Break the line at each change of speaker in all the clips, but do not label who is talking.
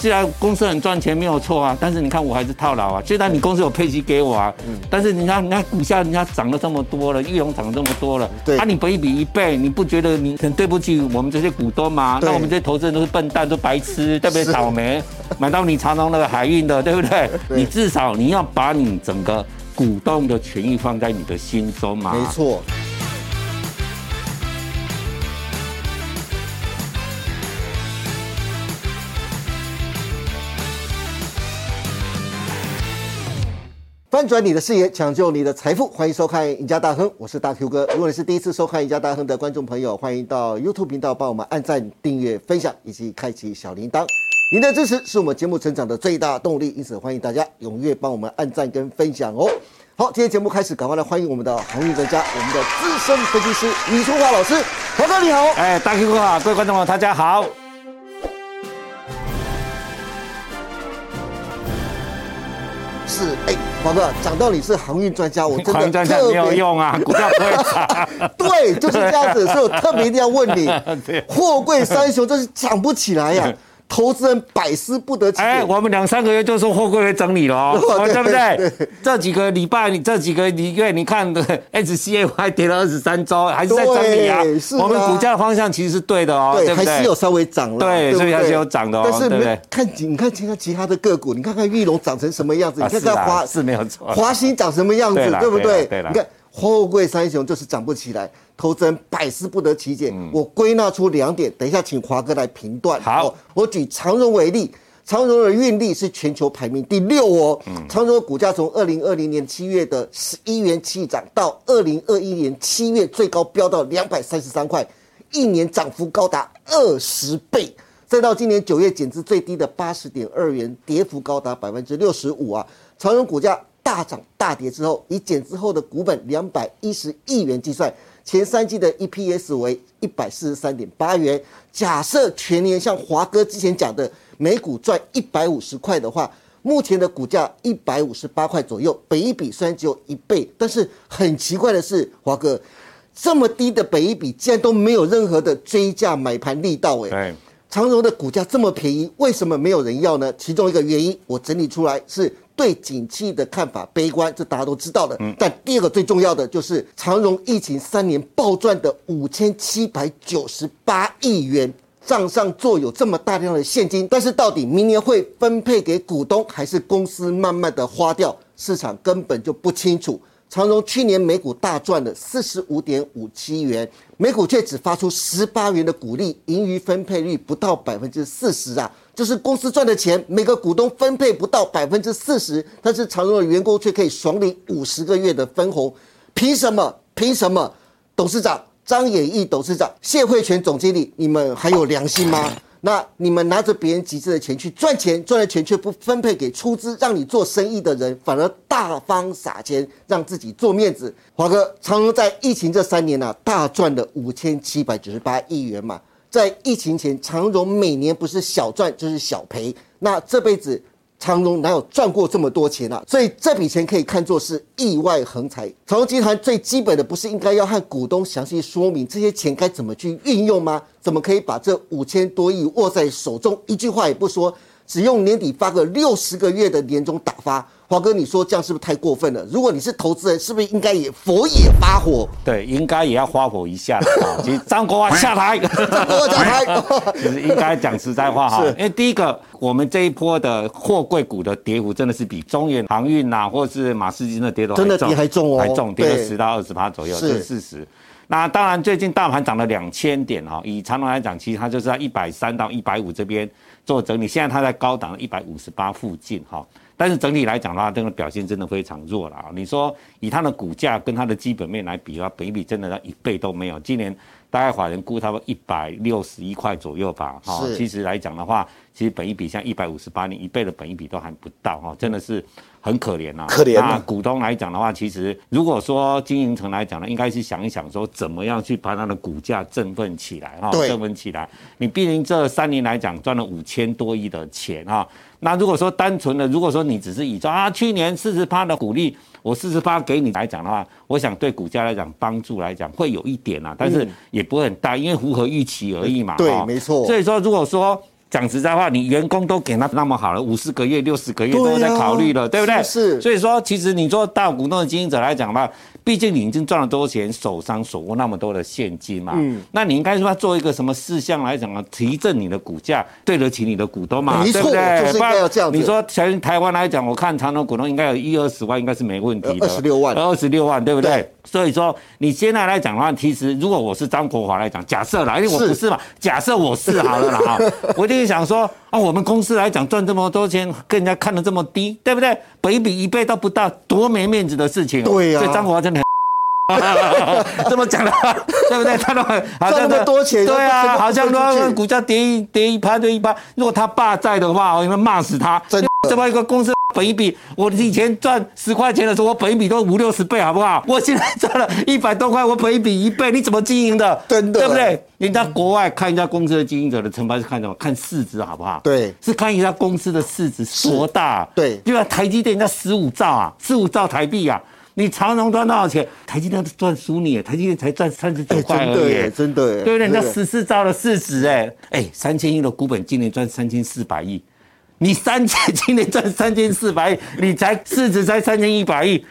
既然公司很赚钱没有错啊，但是你看我还是套牢啊。虽然你公司有配息给我啊，
嗯
但是你看人家股价人家涨了这么多了，玉龙涨了这么多了，
对
啊，你本一比一倍，你不觉得你很对不起我们这些股东吗？
对
那我们这些投资人都是笨蛋，都白痴，特别
是
倒霉，买到你长隆那个海运的，对不对？
对
你至少你要把你整个股东的权益放在你的心中嘛。
没错，翻转你的视野，抢救你的财富，欢迎收看《赢家大亨》，我是大 Q 哥。如果你是第一次收看《赢家大亨》的观众朋友，欢迎到 YouTube 频道帮我们按赞、订阅、分享以及开启小铃铛。您的支持是我们节目成长的最大动力，因此欢迎大家踊跃帮我们按赞跟分享哦。好，今天节目开始，赶快来欢迎我们的航运专家，我们的资深分析师李春华老师。华哥你好，
哎，大 Q 哥好，各位观众朋友大家好。
是哎，华哥，讲到你是航运专家，我真
狂
的
战
特
没有
别
用啊，股票不会 涨。
对，就是这样子，所以我特别一定要问你
对，
货柜三雄就是涨不起 来呀、投资人百思不得其
哎，
解。
我们两三个月就说货柜会整理了 哦，
对
对不
对
对？这几个礼拜，你这几个礼月，你看 HCFI 跌了二十三周，还是在整理啊
对是啊。
我们股价的方向其实是对的哦，
对，
对不
还是有
对？
稍微涨了，
对
不
所以还是有涨的哦
但是
对不
没
对
看，你看其他其他的个股，你看看玉龙涨成什么样子，
啊
你看
是
看
啊
华
是没有错
华兴涨什么样子
对，啦
对不对？
对啦对啦
你看货柜三雄就是涨不起来，投资人百思不得其解。我归纳出两点，等一下请华哥来评断。
嗯好
哦我举长荣为例。长荣的运力是全球排名第六哦，长荣的股价从二零二零年七月的十一元起涨，到二零二一年七月最高飙到两百三十三块，一年涨幅高达二十倍，再到今年九月减至最低的八十点二元，跌幅高达百分之六十五啊！长荣股价大涨大跌之后，以减之后的股本两百一十亿元计算，前三季的 EPS 为一百四十三点八元。假设全年像华哥之前讲的，每股赚一百五十块的话，目前的股价一百五十八块左右，本一比虽然只有一倍，但是很奇怪的是，华哥这么低的本一比，竟然都没有任何的追价买盘力道、哎，
对
长荣的股价这么便宜，为什么没有人要呢？其中一个原因，我整理出来是对景气的看法悲观，这大家都知道的。但第二个最重要的就是长荣疫情三年暴赚的五千七百九十八亿元。账上坐有这么大量的现金，但是到底明年会分配给股东，还是公司慢慢的花掉？市场根本就不清楚。长荣去年每股大赚了四十五点五七元，每股却只发出十八元的股利，盈余分配率不到百分之四十啊！就是公司赚的钱，每个股东分配不到百分之四十，但是长荣的员工却可以爽领五十个月的分红，凭什么？凭什么？董事长张演义董事长、谢慧全总经理，你们还有良心吗？那你们拿着别人集资的钱去赚钱，赚了钱却不分配给出资让你做生意的人，反而大方撒钱，让自己做面子。华哥，长荣在疫情这三年呢、啊，大赚了五千七百九十八亿元嘛。在疫情前，长荣每年不是小赚就是小赔，那这辈子长荣哪有赚过这么多钱啊？所以这笔钱可以看作是意外横财。长荣集团最基本的不是应该要和股东详细说明这些钱该怎么去运用吗？怎么可以把这五千多亿握在手中，一句话也不说，只用年底发个六十个月的年终打发？华哥，你说这样是不是太过分了？如果你是投资人，是不是应该也佛也发火？
对，应该也要花火一下了 啊。其实张国华下台。
我讲开。
其实应该讲实在话哈，因为第一个，我们这一波的货柜股的跌幅真的是比中远航运呐、或是马士基的跌都
真的跌还重哦
还重跌了
对
十到二十趴左右，
是
这是事实。那当然，最近大盘涨了两千点哈，以长龙来讲，其实它就是在一百三到一百五这边做整理，现在它在高档一百五十八附近哈。但是整体来讲的话，这个表现真的非常弱了啊！你说以它的股价跟它的基本面来比的话，北比真的要一倍都没有。今年大概法人估差不多一百六十一块左右吧，哈、
是
其实来讲的话，其实本一比像一百五十八，你一倍的本一比都还不到哈、真的是很可怜啊。
可怜啊
那股东来讲的话，其实如果说经营层来讲呢，应该是想一想说怎么样去把它的股价振奋起来哈、
对
振奋起来。你毕竟这三年来讲赚了五千多亿的钱哈、那如果说单纯的，如果说你只是以说啊，去年四十趴的股利，我四十趴给你来讲的话，我想对股价来讲帮助来讲会有一点啊，但是也不会很大，因为符合预期而已嘛。
嗯对
哈
没错
所以说，如果说讲实在话，你员工都给他那么好了，五十个月、六十个月
对啊
都在考虑了，对不对？
是是
所以说，其实你做大股东的经营者来讲吧，毕竟你已经赚了多少钱，手上手握那么多的现金嘛，嗯，那你应该说要做一个什么事项来讲啊，提振你的股价，对得起你的股东嘛，
没
对不
错就
对？
是应
不
该
然
要这样子
你说全台湾来讲，我看长隆股东应该有一二十万，应该是没问题的，
呃26万
二十六万，对不对？
对
所以说，你现在来讲的话，其实如果我是张国华来讲，假设啦，因为我
是
不是嘛，假设我是好了啦，哈，我就是想说啊，我们公司来讲赚这么多钱，跟人家看的这么低，对不对？本一比一倍都不到，多没面子的事情哦。
对啊呀
所以张国华真 的很这么讲的话，对不对？他都好像
赚那么多钱
对
然
啊，
后
好像
全部分出
说
去
股价跌一跌一趴就一趴。如果他爸在的话，哦我们骂死他。
真的
这么一个公司本一比，我以前赚十块钱的时候，我本一比都五六十倍，好不好？我现在赚了一百多块，我本一比一倍，你怎么经营的？
真的
对不对？人家国外看一家公司的经营者的成败是看什么？看市值，好不好？
对
是看一家公司的市值多大。
对
就像台积电人家十五兆啊，十五兆台币啊。你长荣赚多少钱？台积电赚输你，台积电才赚三十九
哎
块而
真
已。
的耶，真的耶，
对不对？人家
真的
十四兆的市值，哎哎，三千亿的股本，今年赚三千四百亿，你三千今年赚三千四百亿，你才市值才三千一百亿，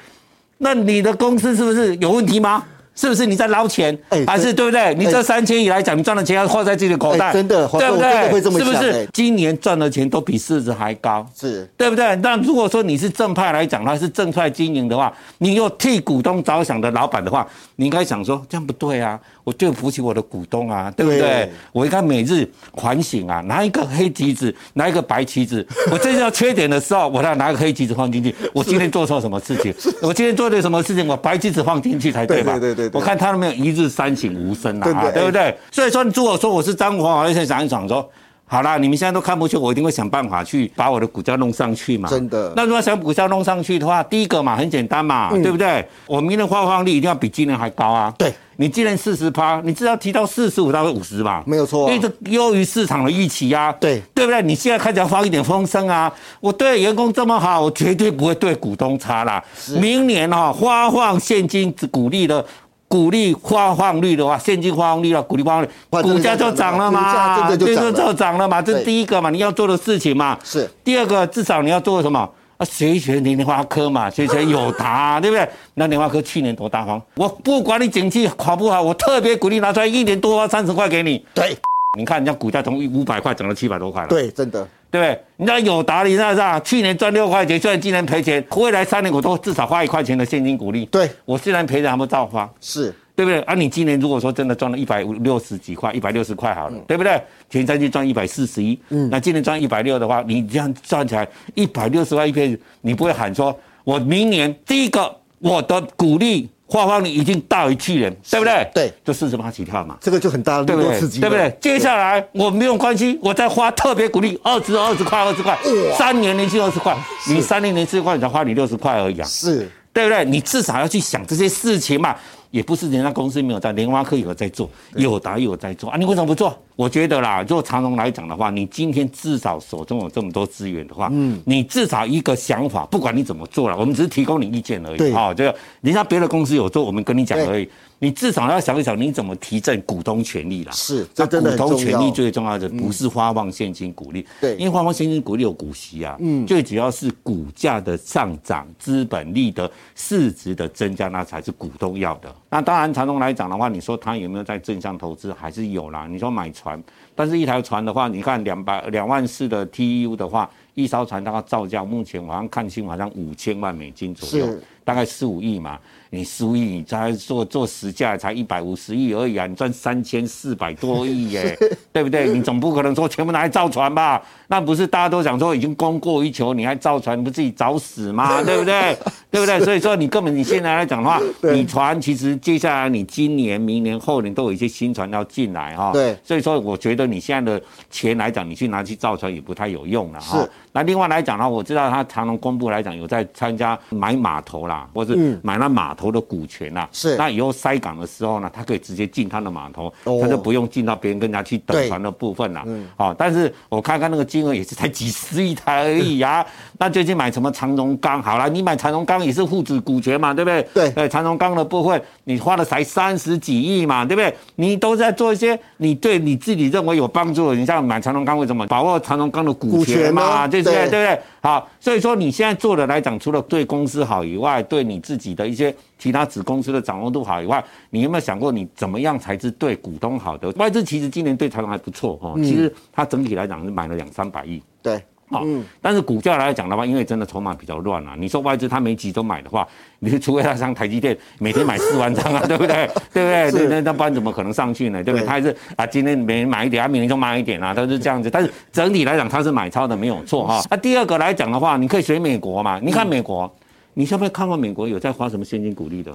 那你的公司是不是有问题吗？是不是你在捞钱
哎，
还是
真
对不对？你
哎
这三千亿来讲，你赚的钱要花在自己的口
哎
袋，
真的华哥
对不
我真的会这么
对？是不
想哎
是今年赚的钱都比市值还高？
是
对不对？那如果说你是正派来讲，他是正派经营的话，你又替股东着想的老板的话，你应该想说这样不对啊，我对不起我的股东啊，对不对？
对
我应该每日反省啊，拿一个黑旗子，拿一个白旗子，我这要缺点的时候，我要拿个黑旗子放进去。我今天做错什么事情？我今天做对什么事情？我白旗子放进去才对吧？
对对对对对
我看他们没有一日三省吾身啊，
对对
啊对不对？所以说，如果说我是张国华，我就想一想说。好啦，你们现在都看不去，我一定会想办法去把我的股价弄上去嘛。
真的嗯
那如果想股价弄上去的话，第一个嘛很简单嘛，对不对？我明年的发放率一定要比今年还高啊。
对，
你今年四十趴，你至少提到四十五到五十吧。
没有错啊
因为这优于市场的预期啊。
对
对不对？你现在开始要放一点风声啊！我对员工这么好，我绝对不会对股东差啦。明年哈、哦，发放现金股利的。股利发放率的话，现金发放率啊，股利发放率，
哇
股价就涨了
啊股价
嘛，
真的就涨了
对就涨了嘛，这
对
是第一个嘛，你要做的事情嘛。
是
第二个，至少你要做什么？啊，学一学莲花科嘛，学一学友达、啊 对不对？那莲花科去年多大方，我不管你景气好不好，我特别鼓励拿出来一年多花三十块给你。
对
你看人家股价从五百块涨到七百多块了。
对，真的
对不对？你知道友达，你知道啥？啊去年赚六块钱，虽然今年赔钱，未来三年我都至少花一块钱的现金股利。
对
我虽然赔钱，还不照花，
是
对不对？啊，你今年如果说真的赚了一百六十几块，一百六十块好了，
嗯
对不对？前三季赚一百四十一，那今年赚一百六的话，你这样赚起来一百六十万一片，你不会喊说，我明年第一个我的股利发放率已经大于去年，对不对？
对，
就四十八起跳嘛。
这个就很大的
对
力
不
度
对？
刺激
对
了，
不对？接下来我没有关系，我再花特别鼓励二十二十块二十块，三年连续二十块，你三年连续块，你才花你六十块而已啊，
是
对不对？你至少要去想这些事情嘛。也不是人家公司没有在，联发科有在做，友达有在做啊，你为什么不做？我觉得啦，做长隆来讲的话，你今天至少手中有这么多资源的话，嗯，你至少一个想法，不管你怎么做了，我们只是提供你意见而已，
对
啊。哦，这个人家别的公司有做，我们跟你讲而已。你至少要想一想，你怎么提振股东权利啦？
是这
那
真的
股
很
东
重
权
要
利最重要的不是发放现金股利，
嗯对
因为发放现金股利有股息啊，嗯，最主要是股价的上涨、资本利得、市值的增加，那才是股东要的。那当然，长隆来讲的话，你说他有没有在正向投资，还是有啦。你说买船，但是一条船的话，你看两百两万四的 TEU 的话，一艘船大概造价，目前我好像看新闻好像五千万美金左右
是。
大概四五亿嘛，你四五亿，你才做做十架才一百五十亿而已啊，你赚三千四百多亿耶，对不对？你总不可能说全部拿来造船吧？那不是大家都想说已经供过于求，你还造船，你不自己找死吗？对不对？对不对？所以说你根本你现在来讲的话，你船其实接下来你今年、明年、后年都有一些新船要进来哈、
对
所以说我觉得你现在的钱来讲，你去拿去造船也不太有用了哈、
是
那另外来讲呢，我知道他长隆公布来讲有在参加买码头啦，或是买那码头的股权啦。
嗯是
那以后塞港的时候呢，他可以直接进他的码头，
哦
他就不用进到别人跟人家去
对
等船的部分啦。好，但是我看看那个金额也是才几十亿台而已啊。 那最近买什么长荣钢？好了，你买长荣钢也是沪指股权嘛，对不对？
对
呃，长荣钢的部分你花了才三十几亿嘛，对不对？你都在做一些你对你自己认为果有帮助，你像买长隆钢为什么？把握长隆钢的股权嘛，
股权啊
对不
对
对？对不对？好，所以说你现在做的来讲，除了对公司好以外，对你自己的一些其他子公司的掌握度好以外，你有没有想过你怎么样才是对股东好的？外资其实今年对长隆还不错哦，其实它整体来讲是买了两三百亿。
对，
好、
嗯
但是股价来讲的话，因为真的筹码比较乱啊。你说外资他每集都买的话， 你就除非他像台积电每天买四万张啊， 对不对？对不对？
是
对那那不然怎么可能上去呢？对不对？
对
他还是啊，今天每人买一点，啊，明天就卖一点啊，他是这样子。但是整体来讲，他是买超的没有错哈。那、第二个来讲的话，你可以学美国
嗯
嘛？你看美国，你有没有看过美国有在花什么现金股利的？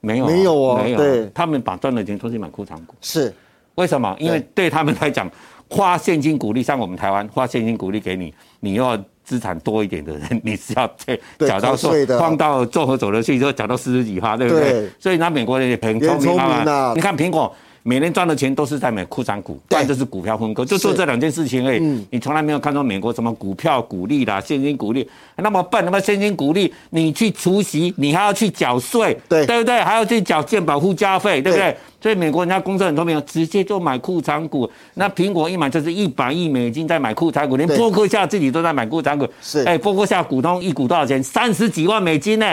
没有啊，
嗯没有哦
没有啊。
对
他们把赚的钱都是买裤长股。
是
为什么？因为
对
对他们来讲，花现金鼓励，像我们台湾花现金鼓励给你，你要资产多一点的人， 你是要对
对
缴到
扣税的
放到综合所得税之后缴到四十几趴，对不对？
对
所以那美国人也很
也
聪
聪
明
明
啊
啊
你看苹果。每年赚的钱都是在买库藏股，不
对嗯
然就是股票分割，就做
是
这两件事情而已。你从来没有看到美国什么股票股利啦、现金股利，那么笨，那么现金股利，你去除息，你还要去缴税，
对
对不对？还要去缴健保附加费，对不对？
对
所以美国人家公司很多没有直接就买库藏股，那苹果一买就是一百亿美金在买库藏股，连
对
波克夏自己都在买库藏股。
是
哎，波克夏股东一股多少钱？三十几万美金呢、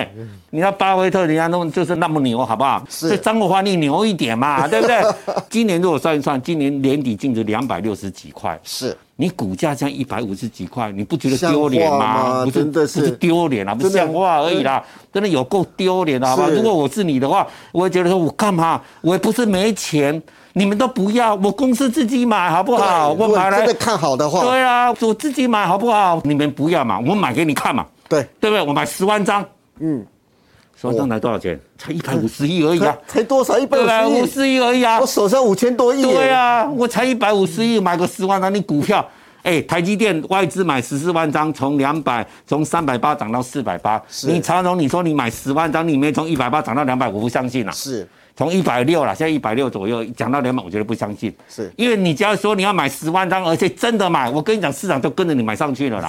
你看巴菲特人家那么就是那么牛，好不好？
嗯是
所以张国华你牛一点嘛，对不对？ 今年如果算一算，今年年底净值两百六十几块，
是，
你股价这样一百五十几块，你不觉得丢脸
像话
吗？
吗
不是
真的是
不是丢脸啊，不是
真的
像话而已啦，真的有够丢脸的，好吧？
是
如果我是你的话，我会觉得说我干嘛？我也不是没钱，你们都不要，我公司自己买好不好？
对如
我
果
买
你真
来
的，看好的话，
对啊，我自己买好不好？你们不要嘛，我买给你看嘛，
对，
对不对？我买十万张，
嗯，
十万张才多少钱？才一百五十亿而已啊
才，才多少一百
对吧？
五
五
十亿，
十亿而已啊
我，手上五千多亿，
对，啊，我才一百五十亿买个十万张，你股票，哎、台积电外资买十四万张，从两百从三百八涨到四百八。
是
你长荣，你说你买十万张，你没从一百八涨到两百，我不相信啊。
是
从一百六了，现在一百六左右涨到两百，我觉得不相信。
是
因为你只要说你要买十万张，而且真的买，我跟你讲，市场就跟着你买上去 了啦，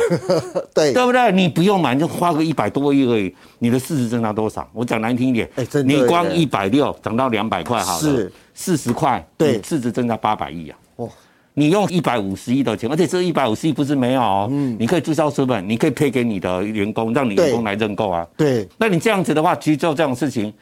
对，
对不对？你不用买，你就花个一百多亿而已，你的市值增长多少？我讲难听一点，
哎真的
你光
耶
一百六涨到两百块好了，
是
四十块，
对
你市值增加八百亿啊。
哇，
你用一百五十亿的钱，而且这一百五十亿不是没有哦，
嗯
你可以注销资本，你可以配给你的员工，让你员工来认购啊。
对，
那你这样子的话，其实做这种事情，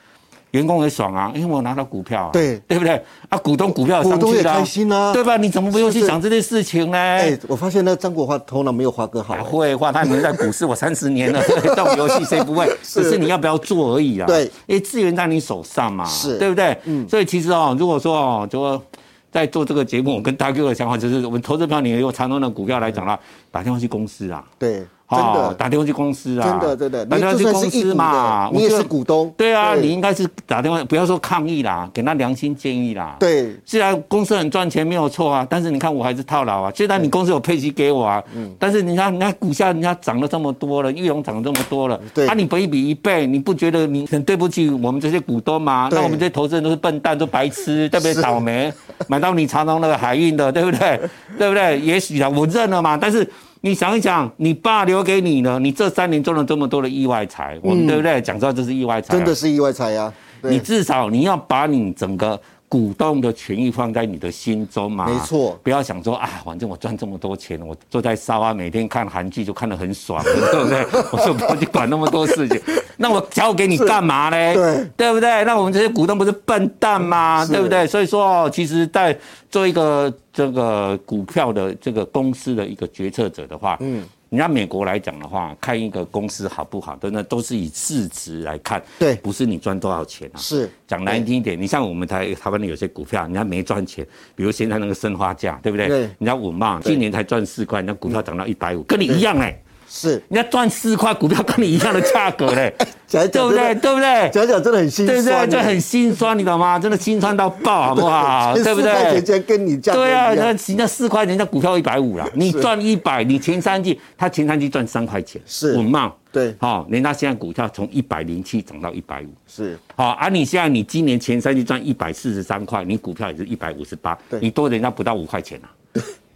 员工也爽啊，因为我拿到股票啊，
对
对不对？啊，股东股票上去
股东也
了啊
开心啊
对吧？你怎么不用去
是
想这件事情呢？
哎，我发现那张国华头脑没有华哥好
打，会话，他们在股市我三十年 了，这种游戏谁不会？
是
只是你要不要做而已啊。
对
因为资源在你手上嘛，
是嗯
对不对？所以其实哦，如果说哦，就说在做这个节目，我跟大哥的想法就是，我们投资票你有长通的股票来讲啦，打电话去公司啊。
对，嗯真
哦，
的。
打电话去公司啊，
真的真的，
打
你
电话
就
去
算
公
是一
司
股
嘛
的，，你也
我觉得
是股东。
对啊，你应该是打电话，不要说抗议啦，给他良心建议啦。，
对
虽然公司很赚钱没有错啊，但是你看我还是套牢啊。虽然你公司有配息给我啊，
嗯
但是你看人家股价人家涨了这么多了，玉龙涨了这么多了，
对
啊，你本一比一倍，你不觉得你很对不起我们这些股东吗？
对
那我们这些投资人都是笨蛋，都白 痴，对不对？
是
倒霉，买到你长隆那个海运的，对不 对？对不对？也许啊，我认了嘛，但是。你想一想，你爸留给你的，你这三年赚了这么多的意外财，我们对不对？讲到这是意外财啊，
嗯真的是意外财啊！对
你至少你要把你整个股东的权益放在你的心中嘛，
没错
不要想说啊，反正我赚这么多钱，我坐在沙发每天看韩剧就看得很爽， 对不对？我说不要去管那么多事 情，那我交给你干嘛嘞？
对，
对不对？那我们这些股东不是笨蛋吗？
是
对不对？所以说，哦，其实，在做一个这个股票的这个公司的一个决策者的话，嗯。你拿美国来讲的话，看一个公司好不好，真的都是以市值来看，
对
不是你赚多少钱啊。
是
讲难听一点，你像我们台台湾的有些股票，人家没赚钱，比如现在那个生花价，对不对？
对
人家五嘛，今年才赚四块，人家股票涨到一百五，跟你一样哎、
是，
人家赚四块，股票跟你一样的价格 嘞、
讲一
对
讲
不
真
对？
的，
对不对？
讲一讲真的很心
对
酸啊，
对，就很心酸，你懂吗？真的心酸到爆，好不好？
前
对不
四块钱
对？
竟然跟你价格
对啊，
一
那
样，
人家四块钱，人家股票一百五啦，你赚一百，你前三季他前三季赚三块钱，
是
稳茂，
对
好、人家现在股票从一百零七涨到一百五，
是
好、啊，你现在你今年前三季赚一百四十三块，你股票也是一百五十八
对，
你多人家不到五块钱啊，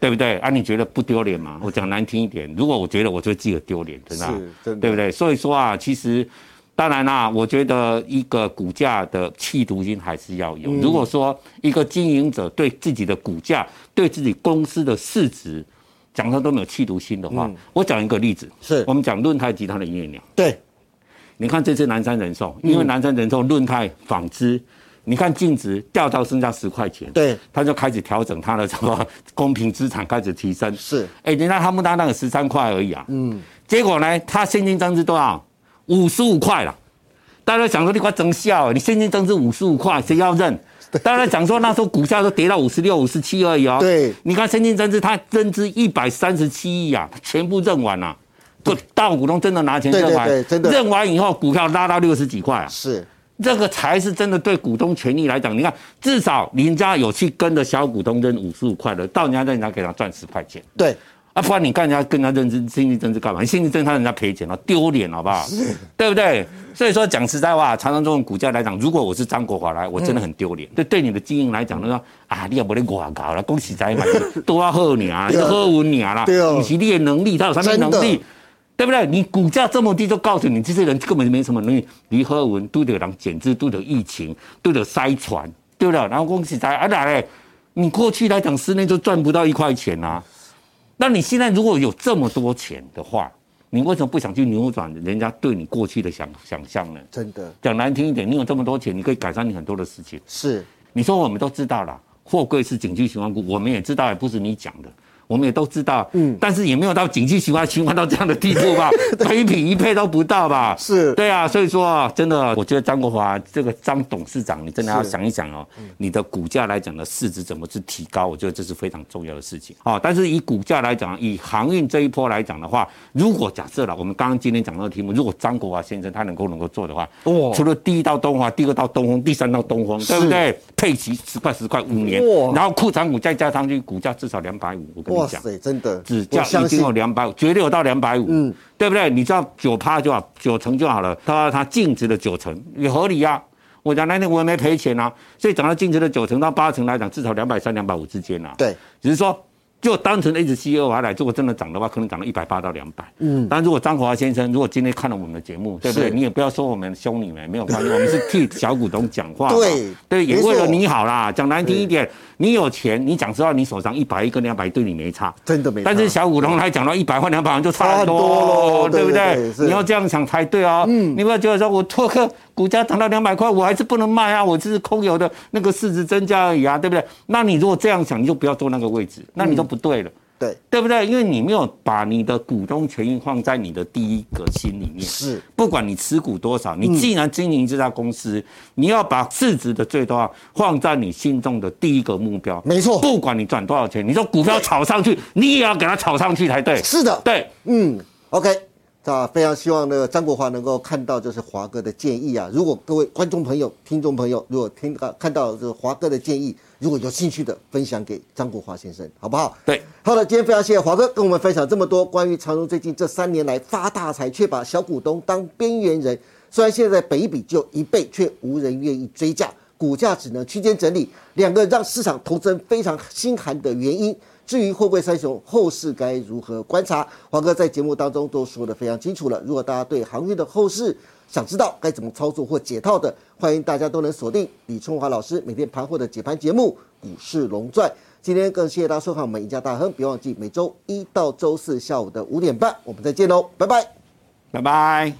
对不对？啊，你觉得不丢脸吗？我讲难听一点，如果我觉得我就会记得丢脸，真的啊、
是真的
对不对？所以说啊，其实当然啦、我觉得一个股价的企图心还是要有。如果说一个经营者对自己的股价、对自己公司的市值，讲他都没有企图心的话，我讲一个例子，
是
我们讲润泰集团的营业量。
对，
你看这次南山人寿，因为南山人寿润泰纺织，你看净值掉到剩下十块钱，
对，
他就开始调整他的什么公平资产开始提升，
是，
哎，人家他们单那个十三块而已啊，嗯，结果呢，他现金增值多少？五十五块了。大家想说你快整笑，啊你现金增值五十五块，谁要认？大家讲说那时候股价都跌到五十六、五十七而已哦。
对
你看现金增值，它增值一百三十七亿啊，全部认完了、啊就大股东真的拿钱
对对
认完，
对真的
认完以后股票拉到六十几块啊，
是，
这个才是真的对股东权益来讲，你看至少人家有去跟着小股东认五十五块的，到人家认人家给他赚十块钱。
对，
啊，不然你干人家跟人家认真信誉政治干嘛？你信誉政治让人家赔钱了，哦丢脸好不好？对不对？所以说讲实在话，常常这种股价来讲，如果我是张国华来，我真的很丢
嗯
脸。对、对，你的经营来讲，他说啊，你也不得我搞了，恭喜仔买多要喝你啊，
对
就
啊
喝稳你啊啦，
对哦
你是你的能力，他有什么能
真
力
的？
对不对？你股价这么低，就告诉你，这些人根本没什么能力。离合文都得人减资，都得疫情，都得塞船，对不对？然后恭喜他，啊哪嘞？你过去来讲，十年就赚不到一块钱啊。那你现在如果有这么多钱的话，你为什么不想去扭转人家对你过去的想想象呢？
真的
讲难听一点，你有这么多钱，你可以改善你很多的事情。
是，
你说我们都知道了，货柜是景气循环股，我们也知道，也不是你讲的，我们也都知道，嗯，但是也没有到景气循环循环到这样的地步 吧，每匹一配都不到吧？
是
对啊，所以说啊，真的，我觉得张国华这个张董事长，你真的要
是嗯
想一想哦，你的股价来讲的市值怎么去提高，我觉得这是非常重要的事情哦。但是以股价来讲，以航运这一波来讲的话，如果假设了我们刚刚今天讲到的题目，如果张国华先生他能够能够做的话，
哇
除了第一道东华，第二道东风，第三道东风，对不对？配齐十块十块五年
哇，
然后库藏股再加上去，股价至少两百五，我跟你
哇
讲。
塞，真的，
指
我
价一
相
定
信
有两百五，绝对有到两百五，
嗯
对不对？你知道九趴就好，九成就好了，它它净值的九成也合理呀、啊。我讲那天我也没赔钱啊，所以涨到净值的九成到八成来讲，至少两百三、两百五之间啊。
对，
只是说就单纯 H C E 二 Y 来，如果真的涨的话，可能涨到一百八到两百。嗯，但如果张国华先生如果今天看了我们的节目，对不对？
是
你也不要说我们凶你们，没有 关系，我们是替小股东讲话嘛，
对
对，也
没错
为了你好啦。讲难听一点，你有钱，你讲实话，你手上一百一跟两百对你没差。
真的没差，
但是小股东来讲到一百换两百万就差很
差很多
多
咯
了，对不
对对对
对？
是嗯
你要这样想才对哦。你不要觉得说我拓客啊股价涨到两百块，我还是不能卖啊，我只是空有的那个市值增加而已啊，对不对？那你如果这样想，你就不要坐那个位
嗯
置，那你就不对了。
对，
对不对？因为你没有把你的股东权益放在你的第一个心里面。
是，
不管你持股多
嗯
少，你既然经营这家公司，你要把市值的最多放在你心中的第一个目标。
没错
不管你赚多少钱，你说股票炒上去，你也要给它炒上去才对。
是的，
对，
嗯，OK，啊，非常希望那个张国华能够看到就是华哥的建议啊。如果各位观众朋友、听众朋友，如果听到看到这个华哥的建议，如果有兴趣的，分享给张国华先生，好不好？
对，
好的，今天非常谢谢华哥跟我们分享这么多关于长荣最近这三年来发大财却把小股东当边缘人，虽然现在北比只有一倍，却无人愿意追价。股价只能区间整理，两个让市场投资人非常心寒的原因。至于货柜三雄后市该如何观察，华哥在节目当中都说得非常清楚了。如果大家对航运的后市想知道该怎么操作或解套的，欢迎大家都能锁定李春华老师每天盘后的解盘节目《股市龙钻》。今天更谢谢大家收看我们赢家大亨，别忘记每周一到周四下午的五点半，我们再见喽，拜拜。
拜拜。